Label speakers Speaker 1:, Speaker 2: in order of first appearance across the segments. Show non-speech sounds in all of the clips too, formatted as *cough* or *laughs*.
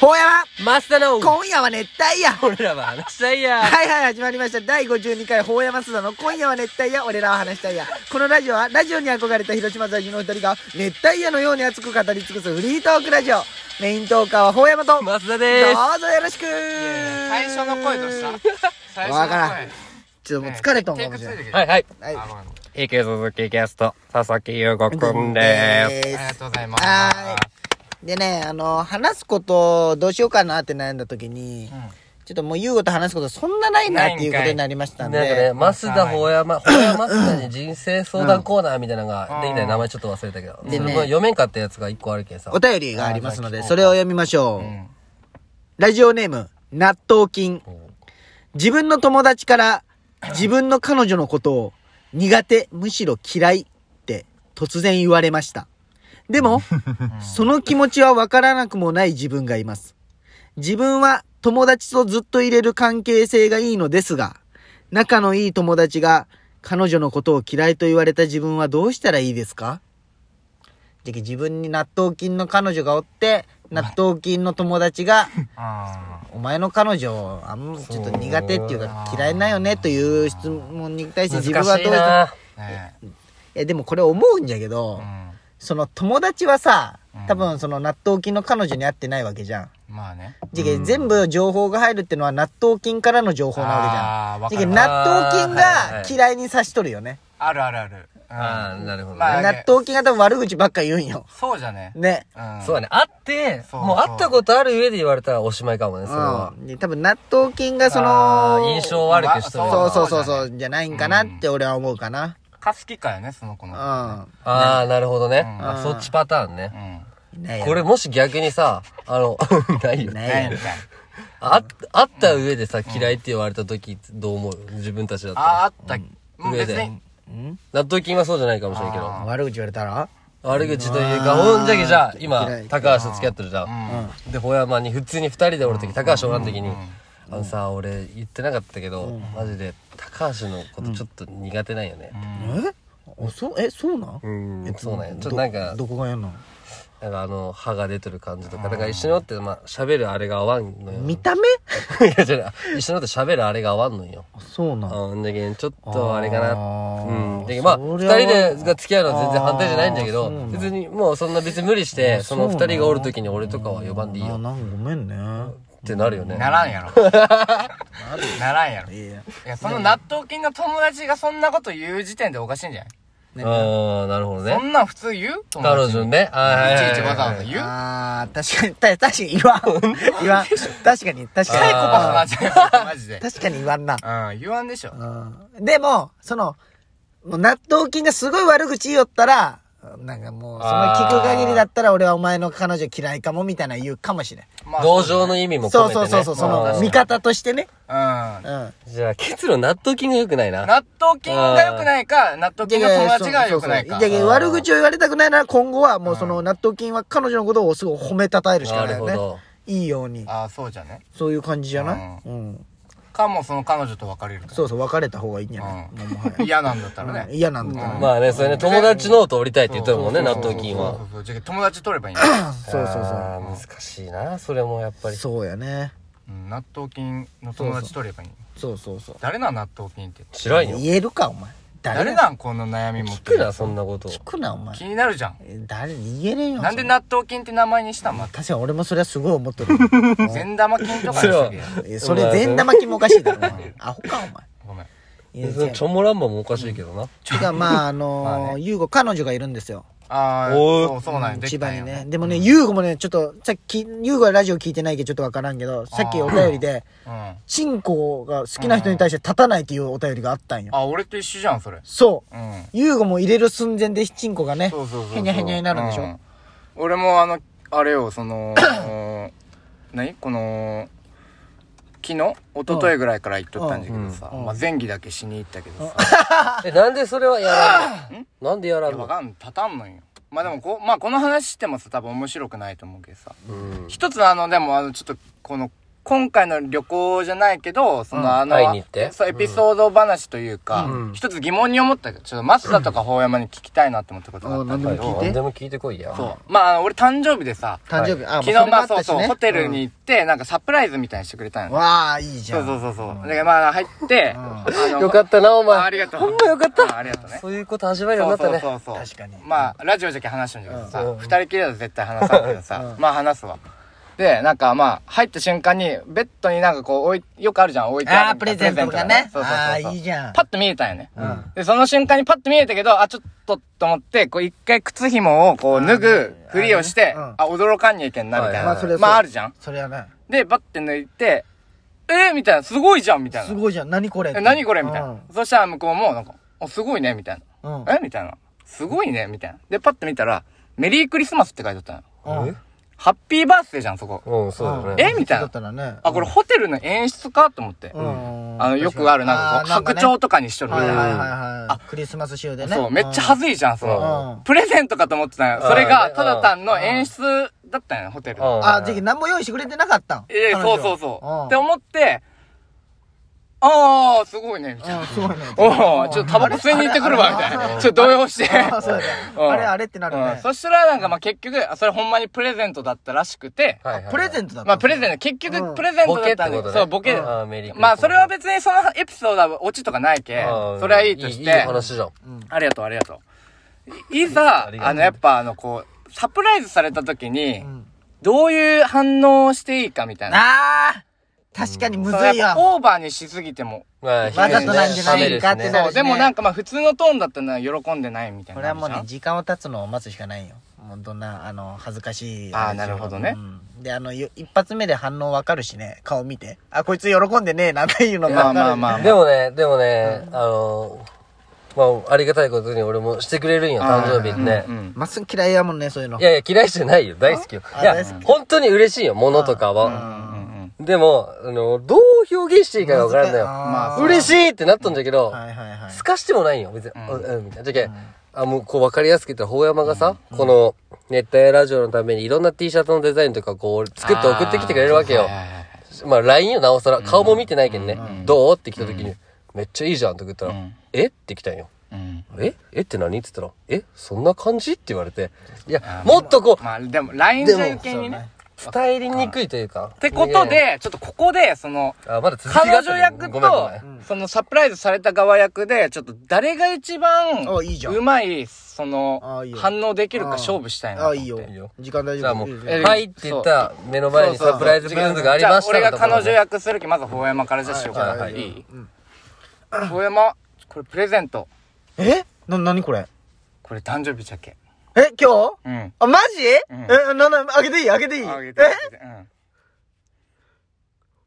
Speaker 1: ほうやま
Speaker 2: マスダの
Speaker 1: 今夜は熱帯夜
Speaker 2: 俺らは話したいや
Speaker 1: はいはい、始まりました。第52回、ほうやますだの、今夜は熱帯夜、俺らは話したいや。このラジオは、ラジオに憧れた広島在住の二人が、熱帯夜のように熱く語り尽くすフリートークラジオ。メイントーカーはほうやまと、どう
Speaker 2: マスダです
Speaker 1: ぞよろしく
Speaker 3: 最初の声どうした最初の声
Speaker 1: わからんちょっともう疲れとんかもしれない。
Speaker 3: い
Speaker 2: はいはい
Speaker 1: はい。
Speaker 3: あごめんごめん
Speaker 2: いけ続きキャスト佐々木優子くんで
Speaker 3: ありがとうございます
Speaker 1: はでね、あの、話すことどうしようかなって悩んだ時に、ちょっともう優吾と話すことそんなないなっていうことになりまし
Speaker 2: すな
Speaker 1: た
Speaker 2: ん
Speaker 1: ん
Speaker 2: かね
Speaker 1: で、
Speaker 2: マスダほうやまほうやマスダに人生相談コーナーみたいなのができない名前ちょっと忘れたけどそ
Speaker 1: でね
Speaker 2: れも読めんかったやつが一個あるけんさ
Speaker 1: お便りがありますので、それを読みましょう。ラジオネーム、納豆菌。自分の友達から自分の彼女のことを苦手、むしろ嫌いって突然言われました。でも、その気持ちはわからなくもない自分がいます。自分は友達とずっと入れる関係性がいいのですが、仲のいい友達が彼女のことを嫌いと言われた自分はどうしたらいいですかじゃあ自分に納豆菌の彼女がおって、納豆菌の友達が、
Speaker 3: あ
Speaker 1: お前の彼女、あんまちょっと苦手っていうか嫌いなよねという質問に対して
Speaker 2: 難し
Speaker 1: 自
Speaker 2: い
Speaker 1: 分はどうして、い
Speaker 2: な
Speaker 3: ーねえ
Speaker 1: やでもこれ思うんじゃけど、
Speaker 3: うん
Speaker 1: その友達はさ
Speaker 3: ん、
Speaker 1: 多分その納豆菌の彼女に会ってないわけじゃん。
Speaker 3: まあね
Speaker 1: じゃけ全部情報が入るってのは納豆菌からの情報な
Speaker 3: あー
Speaker 1: わ
Speaker 3: わ
Speaker 1: け
Speaker 3: か
Speaker 1: じゃん。じゃけ
Speaker 3: る
Speaker 1: 納豆菌
Speaker 2: あーはい
Speaker 1: が
Speaker 2: はい
Speaker 1: 嫌いにさしとるよね。
Speaker 3: あるあるあるうん
Speaker 2: ああなるほど
Speaker 3: まあ
Speaker 2: ね
Speaker 3: はいはい
Speaker 1: 納豆菌が多分悪口ばっか言うんよ。
Speaker 3: そうじゃね
Speaker 1: ね。
Speaker 3: うん
Speaker 2: そうだね会って
Speaker 3: そうそう
Speaker 2: もう会ったことある上で言われたらおしまいかもねそれは
Speaker 1: うん。で多分納豆菌がそ
Speaker 2: あ
Speaker 1: の、
Speaker 2: ー印象悪くしとる
Speaker 1: そうそうそうそ、
Speaker 3: そう
Speaker 1: じゃないんかなって俺は思うかな。
Speaker 3: かすきかよねその子の
Speaker 1: う
Speaker 2: ああなるほどね
Speaker 3: うん
Speaker 2: あそっちパターンね
Speaker 3: うん
Speaker 1: ん。いないよ
Speaker 2: これもし逆にさ、あの、 *laughs* ないよ。
Speaker 1: ない
Speaker 3: ね
Speaker 1: よ
Speaker 3: えみたい
Speaker 2: あ、あった上でさ、嫌いって言われた時、どう思う自分たちだった
Speaker 3: ああ
Speaker 2: ら。
Speaker 3: ったうん
Speaker 2: 上で
Speaker 3: 別に
Speaker 2: 納豆菌はそうじゃないかもしれんけど。
Speaker 1: 悪口言われたら
Speaker 2: 悪口というか、ほんじゃけじゃあ、今
Speaker 1: 嫌い、
Speaker 2: 高橋と付き合ってるじゃん。で、ほやまに普通に二人でおる時、高橋おらん時に、あのさ、俺言ってなかったけど、マジで、高橋のことちょっと苦手なんよね。
Speaker 1: えあそうえそうなん
Speaker 2: うん、そうなんや。ちょっ
Speaker 1: ど
Speaker 2: となんか、
Speaker 1: どこがやんの
Speaker 2: なんかあの、歯が出てる感じとか、だから一緒におって、まあ、喋るあれが合わんのよ。
Speaker 1: 見た目
Speaker 2: *laughs* いや、じゃ一緒になって喋るあれが合わんのんよ。
Speaker 1: あそうなん
Speaker 2: うん、だけど、ちょっとあれかな。
Speaker 1: あ
Speaker 2: う
Speaker 1: ー
Speaker 2: ん。だけど、まあ、
Speaker 1: そ
Speaker 2: 二
Speaker 1: りゃ
Speaker 2: 人でが付き合うのは全然反対じゃないんだけ
Speaker 1: あーそうな
Speaker 2: ど
Speaker 1: ん、だ
Speaker 2: 別にもうそんな別に無理して、その
Speaker 1: そう
Speaker 2: 二
Speaker 1: なの
Speaker 2: 人がおる時に俺とかは呼ばんでいい
Speaker 1: あ
Speaker 2: よ
Speaker 1: なんごめんね
Speaker 2: ってなるよね。
Speaker 3: ならんやろ *laughs* ならんやろい
Speaker 1: いや
Speaker 3: やその納豆菌の友達がそんなこと言う時点でおかしいんじゃない
Speaker 2: うん、なるほど
Speaker 3: そ
Speaker 2: ね。
Speaker 3: んなん普通言う友
Speaker 2: 彼
Speaker 3: 達
Speaker 2: 女
Speaker 3: に
Speaker 2: ね、あ
Speaker 3: いちいちわざわざ
Speaker 2: い。
Speaker 3: 言う
Speaker 1: あー確かにた確かに言わん言わん確かに確かに
Speaker 3: コパスなじゃん
Speaker 1: *laughs*
Speaker 3: マジで。
Speaker 1: 確かに言わんな
Speaker 3: うん、言わんでしょ。
Speaker 1: うんでもそのもう納豆菌がすごい悪口言おったらなんかもうその聞く限りだったら俺はお前の彼女嫌いかもみたいな言うかもしれん
Speaker 3: まあ
Speaker 2: 同情の意味も込
Speaker 1: そ
Speaker 2: め
Speaker 1: う
Speaker 2: てね。
Speaker 1: そうそうそうその
Speaker 2: ん
Speaker 1: 見方としてね
Speaker 3: うん。納
Speaker 1: うん
Speaker 2: じゃあ、結論納豆菌が良くないな。
Speaker 3: 豆菌が良くないか、納豆菌の友達が良くないか。
Speaker 1: やや悪口を言われたくないなら今後はもうその納豆菌は彼女のことをすごい褒めたたえるしか
Speaker 2: な
Speaker 1: ない
Speaker 2: る
Speaker 1: よ
Speaker 2: ほ
Speaker 1: ね
Speaker 2: ど。
Speaker 1: いいように
Speaker 3: ああ、そうじゃね。
Speaker 1: そういう感じじゃないうん
Speaker 3: かも、その彼女と別れるか。
Speaker 1: そうそう別れた方がいいんじゃない
Speaker 3: うん
Speaker 1: もうもはや
Speaker 3: 嫌なんだったら
Speaker 1: うん
Speaker 3: ね。
Speaker 1: 嫌なんだから
Speaker 2: まあね、それね、友達ノート折りたいって言ってるもんね、
Speaker 3: そ
Speaker 2: 納
Speaker 3: うそうそう
Speaker 2: 豆菌
Speaker 3: そ
Speaker 2: は
Speaker 3: う。そうそうじゃあ友達取ればいいんだ。
Speaker 1: そうそう
Speaker 2: あー難しいな、それもやっぱ
Speaker 1: そう
Speaker 2: り。
Speaker 1: そうやね
Speaker 3: うん納豆菌の友達取ればいい。
Speaker 1: そうそうそう
Speaker 3: 誰なん納豆菌って。
Speaker 2: 知らんよ。
Speaker 1: 言えるかお前
Speaker 3: 誰
Speaker 1: だ
Speaker 3: なんこの悩み持っ
Speaker 2: 聞
Speaker 3: て
Speaker 2: く
Speaker 3: る
Speaker 2: な、。そんなこと。
Speaker 1: 聞くなお前
Speaker 3: 気になるじゃん。
Speaker 1: え誰に言えねえよ
Speaker 3: なんで
Speaker 1: それ
Speaker 3: 納豆菌って名前にしたんまた。
Speaker 1: 確かに俺もそれはすごい思ってる
Speaker 3: *laughs* 善玉菌とかにしとけよ
Speaker 1: えそれ全玉金もおかしいだろお
Speaker 3: *laughs*
Speaker 1: 前アホかお前
Speaker 3: ごめん。
Speaker 1: いや
Speaker 2: そのチョモランボもおかしいけどな。
Speaker 1: て
Speaker 3: *laughs*
Speaker 1: かまああのー優吾彼女がいるんですよ
Speaker 3: ああ、
Speaker 2: おー
Speaker 3: そう、そうなんや。で
Speaker 1: 千
Speaker 3: き
Speaker 1: 葉
Speaker 3: たん
Speaker 1: に
Speaker 3: や
Speaker 1: ね。。でもね、優吾もね、ちょっと、さっき、優吾はラジオ聞いてないけどちょっとわからんけど、さっきお便りで、
Speaker 3: うん。あ、
Speaker 1: チンコが好きな人に対して立たないっていうお便りがあったんよ。
Speaker 3: 俺と一緒じゃん、それ。
Speaker 1: そ
Speaker 3: うん。
Speaker 1: う。優吾も入れる寸前でチンコがね
Speaker 3: そうそうそう、そう
Speaker 1: へにゃへにゃになるんでしょ、
Speaker 3: う俺もあのあれをその *coughs* あの何この昨日一昨日ぐらいから行っとったんだけどさ、
Speaker 1: うんうん
Speaker 3: まあ、前儀だけしに行ったけど
Speaker 2: *laughs*
Speaker 3: さ、
Speaker 2: え、なんでそれはやらんのなんでやら
Speaker 3: い
Speaker 2: ん
Speaker 3: や
Speaker 2: の
Speaker 3: わかんたたんのよまあでもこ,、まあ、この話してもさ多分面白くないと思うけどさ、
Speaker 2: うん。
Speaker 3: 一つあのでもあのちょっとこの今回の旅行じゃないけど、そのあの、
Speaker 2: 会いに行って
Speaker 3: そうエピソード話というか、
Speaker 2: うん
Speaker 3: 一つ疑問に思ったけど、ちょっとマスタとか法山に聞きたいなって思ったことがあったんだけ
Speaker 1: あ
Speaker 3: ど
Speaker 1: 聞、いて
Speaker 2: 何でも聞いてこいや。
Speaker 3: そう。まああの、俺誕生日でさ、
Speaker 1: 誕生日、あ、
Speaker 3: 昨日まあ
Speaker 1: れも
Speaker 3: そう
Speaker 1: ったし
Speaker 3: そう、
Speaker 1: ね
Speaker 3: ホテルに、行って、なんかサプライズみたいにしてくれた
Speaker 1: うん
Speaker 3: の。
Speaker 1: わあ、いいじゃ
Speaker 3: そ
Speaker 1: ん。
Speaker 3: うそうそうそう。で、まあ入って、あの
Speaker 2: よかったな、お前。
Speaker 3: あありがとう
Speaker 2: ほんまよかっ
Speaker 3: ああ
Speaker 2: た。
Speaker 3: りがとうね。
Speaker 2: そういうこと始まるよう
Speaker 3: そ
Speaker 2: に
Speaker 3: う
Speaker 2: なった
Speaker 3: そう
Speaker 2: ね。
Speaker 3: そうそう。
Speaker 1: 確かに
Speaker 3: まあ、ラジオじゃけ話してんじゃけど
Speaker 2: う
Speaker 3: さ
Speaker 2: ん、
Speaker 3: 二人きりだと絶対話さんけどさ、まあ話すわ。で、なんかまあ、入った瞬間に、ベッドになんかこう置い、よくあるじゃん、置いて
Speaker 1: あ
Speaker 3: あ
Speaker 1: あ、
Speaker 3: る
Speaker 1: プレゼントがね。
Speaker 3: そうそう
Speaker 1: ああ、
Speaker 3: そうそう。
Speaker 1: いいじゃん。
Speaker 3: パッと見えたんよね。
Speaker 1: うん
Speaker 3: で、その瞬間にパッと見えたけど、あ、ちょっとと思って、こう一回靴紐をこう脱ぐふりをして、
Speaker 1: うん
Speaker 3: あ、驚かんにゃいけんな、みたいな。
Speaker 2: ま
Speaker 3: ま
Speaker 2: あ
Speaker 3: あ
Speaker 2: そ
Speaker 1: れはそう
Speaker 3: あるじゃん。
Speaker 1: それはね、
Speaker 3: で、バッて抜いて、えー、みたいな、すごいじゃん、みたい
Speaker 1: す
Speaker 3: な。
Speaker 1: ごいじゃん。何これ
Speaker 3: え、何これみたいな。
Speaker 1: う
Speaker 3: そしたら向こうも、なんか、お、すごいね、みたいな。
Speaker 1: ん。うん
Speaker 3: えみたいな。すごいねみたいな。で、パッと見たら、メリークリスマスって書いてあったのよ。
Speaker 1: うん
Speaker 2: え
Speaker 3: ハッピーバースデーじゃん、そこ。
Speaker 2: うん、そうだよね。
Speaker 3: えみたい
Speaker 1: だ
Speaker 3: な
Speaker 1: ったらね。
Speaker 3: あ、これホテルの演出かと思って。
Speaker 1: うん、
Speaker 3: あの、よくある、なんかこう、白鳥
Speaker 1: と
Speaker 3: とかにしとるみ
Speaker 1: は
Speaker 3: た
Speaker 1: い
Speaker 3: い
Speaker 1: はいはい
Speaker 3: な。
Speaker 1: はい。あ、クリスマス週でね。
Speaker 3: そう、めっちゃは
Speaker 1: ず
Speaker 3: ずいじゃん、そ
Speaker 1: うん
Speaker 3: の。プレゼントかと思ってたのよ。それが、ただ単の演出だったのよ、ホテルの。
Speaker 1: あ、ぜひ何も用意してくれてなかったん。
Speaker 3: ええ、
Speaker 1: 彼
Speaker 3: そ
Speaker 1: 女
Speaker 3: うそうそう。っ
Speaker 1: ん
Speaker 3: て思って、あー、すごいね、みたいな。
Speaker 1: うんすごいね。
Speaker 3: おおちょっとタバコ吸いに行ってくるわ、みたいな。ちょっと動揺して。
Speaker 1: あそうやね。
Speaker 3: うん
Speaker 1: あれあれってなる
Speaker 3: うん
Speaker 1: ね。
Speaker 3: そしたらなんかまあ結局、あそれほんまにプレゼントだったらしくて、
Speaker 2: はいはいはい
Speaker 1: プレゼントだった。
Speaker 3: まあプレゼン
Speaker 1: ト。
Speaker 3: ト、結
Speaker 1: うん
Speaker 3: 局プレゼントだったんで、
Speaker 2: ボケってことね
Speaker 3: そう、ボケ。
Speaker 2: うんあーメリークリスマス
Speaker 3: まあそれは別にそのエピソードはオチとかないけ
Speaker 2: あ、ー
Speaker 3: それはいいとして、
Speaker 2: いい話じゃん。
Speaker 3: ありがとうありがとう。いいざ
Speaker 2: あり、がとう
Speaker 3: あのやっぱあのこう、サプライズされた時に
Speaker 1: う、ん
Speaker 3: どういう反応をしていいかみたいな。
Speaker 1: ああ確かにむず
Speaker 3: その
Speaker 1: い
Speaker 3: やっぱ
Speaker 1: よ。
Speaker 3: オーバーにしすぎても。
Speaker 2: まあ、
Speaker 1: わざとなんじゃないかってなる
Speaker 3: そう、
Speaker 1: しね
Speaker 3: でもなんかまあ普通のトーンだったら喜んでないみたい
Speaker 1: これは
Speaker 3: な。
Speaker 1: もうね、時間を経つのを待つしかないよ。もうどんな、あの、恥ずかしい。
Speaker 3: あーなるほどね
Speaker 1: うん。で、あの、よ一発目で反応わかるしね、顔見て。あ、こいつ喜んでねえなっていうのがわかる。
Speaker 3: まあまあまあ
Speaker 2: でもね、でもね、あの、まあ、ありがたいことに俺もしてくれるんよ、誕生日ってね
Speaker 3: う。ん
Speaker 1: まっすぐ嫌いやもんね、そういうの。
Speaker 2: いやいや、嫌いじゃないよ。大好きよ。
Speaker 1: あ
Speaker 2: いや
Speaker 1: 大好、
Speaker 2: 本当に嬉しいよ、物とかは。
Speaker 3: うんうん
Speaker 2: でも、あの、どう表現していいかがわからんのよ。
Speaker 1: ま
Speaker 3: あ
Speaker 2: 嬉しいってなったんだけど、
Speaker 1: はいはいはい。
Speaker 2: すかしてもないよ、別に。
Speaker 3: ん
Speaker 2: うん、うん、みたいな。じゃけ、あ、もう、こう、わかりやすく言ったら、法山がさ、この、熱帯夜ラジオのためにいろんな T シャツのデザインとか、こう、作って送ってきてくれるわけよ
Speaker 3: はい。はいはい
Speaker 2: まあ、LINE よ、なおさら。顔も見てないけんね。どうって来た時に、めっちゃいいじゃんって言ったら、
Speaker 3: うん
Speaker 2: えって来たんよ。
Speaker 3: うん
Speaker 2: ええって何って言ったら、えそんな感じって言われて。いや、もっとこう、
Speaker 3: まあでも LINE じゃ受けにね。
Speaker 2: 伝えりにくいというか。っ
Speaker 3: ってこと、で、ちょっとここで、その、
Speaker 2: あ、まだ続きがあ
Speaker 3: 彼
Speaker 2: った
Speaker 3: 女
Speaker 2: ね
Speaker 3: 役
Speaker 2: ごめんご
Speaker 3: と
Speaker 2: めん、
Speaker 3: そのサプライズされた側役で、ちょっと誰が一番、
Speaker 1: あいいじゃん
Speaker 3: うまい、その
Speaker 1: あいい、よ
Speaker 3: 反応できるか勝負したいなと
Speaker 1: あ、
Speaker 3: 思って。
Speaker 1: いいよ
Speaker 2: いいよ。
Speaker 1: 時間大
Speaker 2: じ
Speaker 1: 丈
Speaker 2: ゃあ
Speaker 1: 夫。
Speaker 2: もう、
Speaker 1: いい
Speaker 3: え
Speaker 1: よ
Speaker 2: はいって言った目の前にサプライズプレゼントがありました
Speaker 3: じゃあ俺
Speaker 2: と
Speaker 3: が
Speaker 2: ころ
Speaker 3: 彼
Speaker 2: で
Speaker 3: 女役するき、まず、ほ山からじゃあしようか
Speaker 2: は
Speaker 3: な。
Speaker 2: い
Speaker 3: い
Speaker 2: はい
Speaker 3: いほ山、これプレゼント。
Speaker 1: えな、なにこれ
Speaker 3: これ誕生日じゃけ。
Speaker 1: え今日
Speaker 3: うん。
Speaker 1: あ、マジ
Speaker 3: う
Speaker 1: え、な、な、あげていいあげていいえ
Speaker 3: あげて。あげてうん。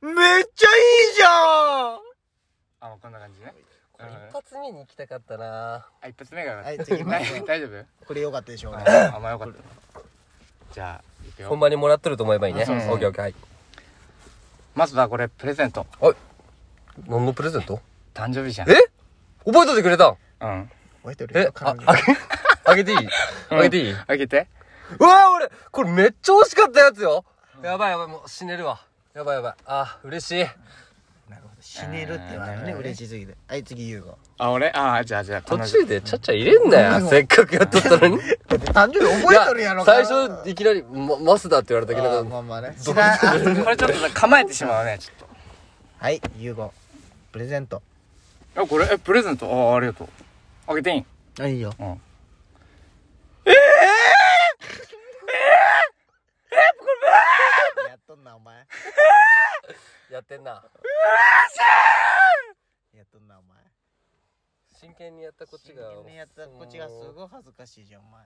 Speaker 1: めっちゃいいじゃん
Speaker 3: あ、こんな感じね。
Speaker 2: 一発目に行きたかったな
Speaker 3: あ、一発目がよか
Speaker 1: は
Speaker 3: っ
Speaker 1: い、次行き
Speaker 3: た。
Speaker 1: ま
Speaker 3: 大
Speaker 1: すよ
Speaker 3: 大丈夫
Speaker 1: これ良かったでしょうね。
Speaker 3: ああんまよかった。じゃあ、いく
Speaker 2: ほん
Speaker 3: よ。
Speaker 2: まにもらっとると思えばいいね。オ
Speaker 3: そうそう
Speaker 2: ッケーオッケー、はい。
Speaker 3: まずはこれ、プレゼント。
Speaker 2: はい。何のプレゼント
Speaker 3: 誕生日じゃん。
Speaker 2: え覚えといてくれたん
Speaker 3: うん。
Speaker 1: 覚えてる
Speaker 2: え
Speaker 1: よ、彼
Speaker 2: あ、
Speaker 1: 女
Speaker 2: あげ、あげていいあげていいうわ
Speaker 3: あげて。
Speaker 2: ー俺、これめっちゃ惜しかったやつよやばいやばい、もう死ねるわ。やばいやばい。あー、嬉しい。
Speaker 1: なるほど。死ねるって言われるね、嬉しすぎて。はい、次優吾。
Speaker 3: あ、俺ああ、じゃあじゃあ、
Speaker 2: 途中でちゃちゃ入れんなよ。せっかくやっとったのに。
Speaker 1: だって誕生日覚えとるやろ、
Speaker 2: い最
Speaker 1: 彼女
Speaker 2: 初いきなり、ま、マスだって言われたけ
Speaker 1: あ
Speaker 2: ど、
Speaker 1: ーまあまあね。*laughs*
Speaker 2: ど
Speaker 1: 知
Speaker 2: う
Speaker 1: らんあ
Speaker 3: 彼女これちょっとさ構えてしまうね、ちょっ
Speaker 1: はい、優吾。プレゼント。
Speaker 3: と。あ、これ、え、プレゼントああ、ありがとう。あげていいん
Speaker 1: あ、いいよ。
Speaker 3: うん。
Speaker 1: やっとんな、お前。
Speaker 2: やってんな。
Speaker 1: やっとんな、お前。
Speaker 2: 真剣にやったこっちが。
Speaker 1: 真剣にやったこっちがすごい恥ずかしいじゃん、お前。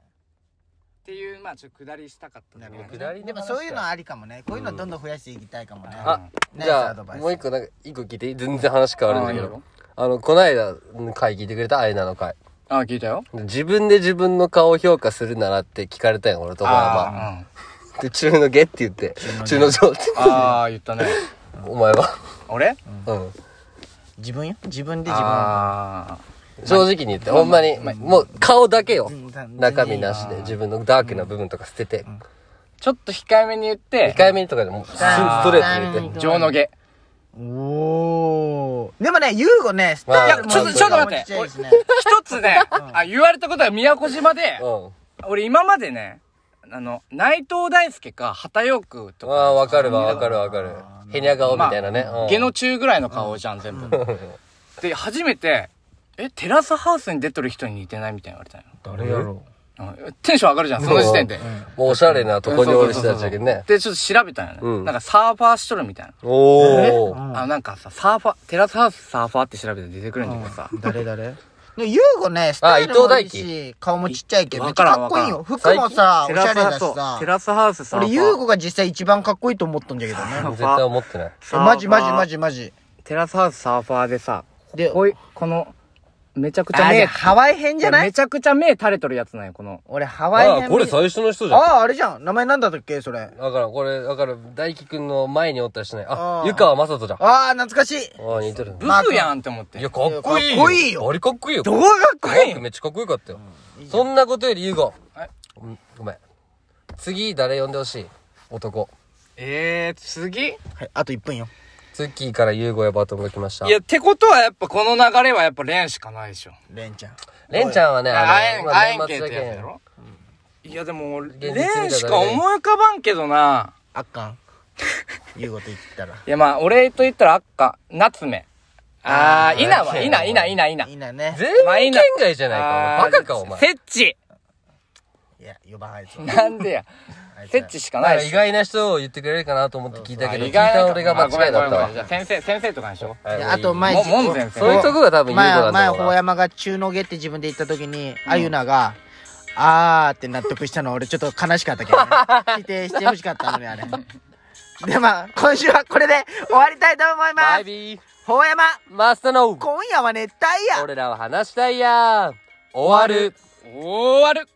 Speaker 3: ていう、まあちょっと下りしたかった
Speaker 1: な
Speaker 3: だけ
Speaker 1: る
Speaker 3: ど
Speaker 1: ほ
Speaker 2: ね
Speaker 1: ど
Speaker 2: 下り
Speaker 1: ね。
Speaker 2: の
Speaker 1: でも
Speaker 2: 話
Speaker 1: そういうのはありかもね。こういうのどんどん増やしていきたいかもね。
Speaker 2: あ、
Speaker 1: ナイ
Speaker 2: じ
Speaker 1: スア
Speaker 2: ゃ
Speaker 1: ドバ
Speaker 2: あ、
Speaker 1: イス
Speaker 2: もう一個なんか、一個聞いていい全然話変わるんだけ
Speaker 3: あいい
Speaker 2: ど
Speaker 3: よ。
Speaker 2: あの、こないだの回聞いてくれたアイナの回。
Speaker 3: あ、聞いたよ。
Speaker 2: 自分で自分の顔を評価するならって聞かれたんよ、俺とかは。
Speaker 3: あ
Speaker 2: で、中の下って言って、中の上って。
Speaker 3: ー、うんあー、言ったね。
Speaker 2: お前は。
Speaker 3: *laughs* 俺
Speaker 2: うん。
Speaker 1: 自分よ。自分で自分。
Speaker 3: あ
Speaker 2: 正直に言って、ほんまに、もう顔だけよ
Speaker 1: 全然。
Speaker 2: 中身なしで、自分のダークな部分とか捨てて。
Speaker 3: ちょっと控えめに言って
Speaker 2: 控えめにとかでも、スストレートに入れて。
Speaker 3: 上の下
Speaker 1: おー。でもね、ユーゴね、スタ
Speaker 2: まあ
Speaker 1: イ
Speaker 3: いや
Speaker 1: ルも
Speaker 3: ちょっとちょっと待って
Speaker 1: ちゃいしね
Speaker 3: 一つね、あ言われたことは宮古島で、
Speaker 2: うん。
Speaker 3: 俺今までねあの内藤大輔か畑陽区と
Speaker 2: ああ、
Speaker 3: か
Speaker 2: わかるわ、わかるわかる。ヘニャ顔みたいなね。うん
Speaker 3: 下の中ぐらいの顔じゃん全部で初めて「えテラスハウスに出とる人に似てない?」みたいに言われたの
Speaker 1: 誰やろ
Speaker 3: うんテンション上がるじゃんその時点で
Speaker 2: もうおしゃれなとこにおる人たちだけどね。
Speaker 3: でちょっと調べたのよね、
Speaker 2: うん
Speaker 3: なんかサーファーしとるみたいな、
Speaker 2: おー。
Speaker 3: あなんかさサーファーテラスハウスサーファーって調べて出てくるんだけどさ、
Speaker 1: 誰誰でユーゴね、スタイルもいい
Speaker 2: あ伊
Speaker 1: し、顔もちっちゃいけど、めっ
Speaker 3: わ
Speaker 1: ちゃ
Speaker 3: からん
Speaker 1: かっこいいよ。
Speaker 3: わ
Speaker 1: 服もさ、おし
Speaker 3: テ
Speaker 1: ゃ
Speaker 3: ラ
Speaker 1: れだ
Speaker 3: スハウス
Speaker 1: し
Speaker 3: そう
Speaker 1: さ
Speaker 3: テ。ラスハウスサーファ
Speaker 1: 俺、
Speaker 3: ー
Speaker 1: ユーゴが実際一番かっこいいと思ったんだけどね。
Speaker 2: 絶対思ってない。
Speaker 1: えマジマジマジマジ。
Speaker 3: テラスハウスサーファーでさ
Speaker 1: で、
Speaker 3: こういうこのめちゃくちゃ
Speaker 1: あれ、
Speaker 3: 目
Speaker 1: ハワイ編じゃな
Speaker 3: め
Speaker 1: い
Speaker 3: ちゃくちゃ目垂れとるやつなんよこの
Speaker 1: 俺、ハワイ
Speaker 2: あ
Speaker 1: 編。
Speaker 2: あ、これ最初の人じゃん。
Speaker 1: ああ、あれじゃん。名前なんだったっけそれ。あ
Speaker 2: だからんこれ、だから大輝くんの前におったりしない。あ
Speaker 1: あ、ー
Speaker 2: 湯川雅人じゃん。あ
Speaker 1: あ、懐かしい。
Speaker 2: あ、似てるね。
Speaker 3: ブ
Speaker 1: マー
Speaker 3: ス
Speaker 1: 君
Speaker 3: やんって思って
Speaker 2: いや、かっこいいよ。
Speaker 1: かっこいいよ
Speaker 2: あれかっこいいよ。
Speaker 1: どこがかっこいい
Speaker 2: マークめっちゃかっこよかったよ。そんなことより、ユーゴ
Speaker 3: はい。
Speaker 2: うんごめん。次、誰呼んでほしい男。
Speaker 3: えー、次い
Speaker 1: はい、あと1分よ。
Speaker 2: ツッキーからユーゴへバトンが来ました。
Speaker 3: や、ってことはやっぱこの流れはやっぱレンしかないでしょ。
Speaker 1: レンちゃん。
Speaker 2: レンちゃんはね、
Speaker 3: あえん、
Speaker 2: ま
Speaker 3: あえん
Speaker 2: 年
Speaker 3: け
Speaker 2: 末
Speaker 3: って
Speaker 2: だ
Speaker 3: やつ
Speaker 2: け
Speaker 3: やろいやでも俺、
Speaker 2: 実
Speaker 3: レンしか思い浮かばんけどな。
Speaker 1: あっ
Speaker 2: *laughs*
Speaker 1: かん。ユーゴと言ったら。
Speaker 3: いやまあ、俺と言ったらあっか、夏目。あー、いなは、いな、
Speaker 2: *laughs*
Speaker 3: いな、いな、いな。
Speaker 1: いいなね。
Speaker 2: 全員県外じゃないか。お前バカか、お前。
Speaker 3: セッチ
Speaker 1: いや、4番あいつは。
Speaker 3: なんで
Speaker 2: *laughs*
Speaker 3: や。
Speaker 1: あいつ
Speaker 3: セ
Speaker 1: は
Speaker 3: ッチしか
Speaker 2: だ
Speaker 3: な
Speaker 2: か
Speaker 3: い
Speaker 2: ら
Speaker 3: で
Speaker 2: 意
Speaker 3: しょ。
Speaker 2: 外な人を言ってくれるかなと思って聞いたけど、
Speaker 3: あ
Speaker 2: 聞いた
Speaker 3: な
Speaker 2: 俺が間違いだった
Speaker 3: あ
Speaker 2: わ
Speaker 3: ごめんごめんごめんじゃあ。先生、先生とかにしよう。
Speaker 2: はい
Speaker 1: いやあと前、
Speaker 3: ももんぜん先生
Speaker 2: そういうとこが多分ユーゴ
Speaker 1: 前、
Speaker 2: なんだ
Speaker 1: 前、
Speaker 2: ろうな
Speaker 1: 法山が中の下って自分で言った時に、あゆなが、あーって納得したのは俺ちょっと悲しかったけど
Speaker 2: *laughs*
Speaker 1: ね。否定してほしかったのにあれ。で、まあ、今週はこれで終わりたいと思いま
Speaker 2: バイ
Speaker 1: す。
Speaker 2: ビー
Speaker 1: 法山、
Speaker 2: マスターの
Speaker 1: 今夜は熱帯夜
Speaker 2: 俺らは話したいや終わる
Speaker 3: 終わる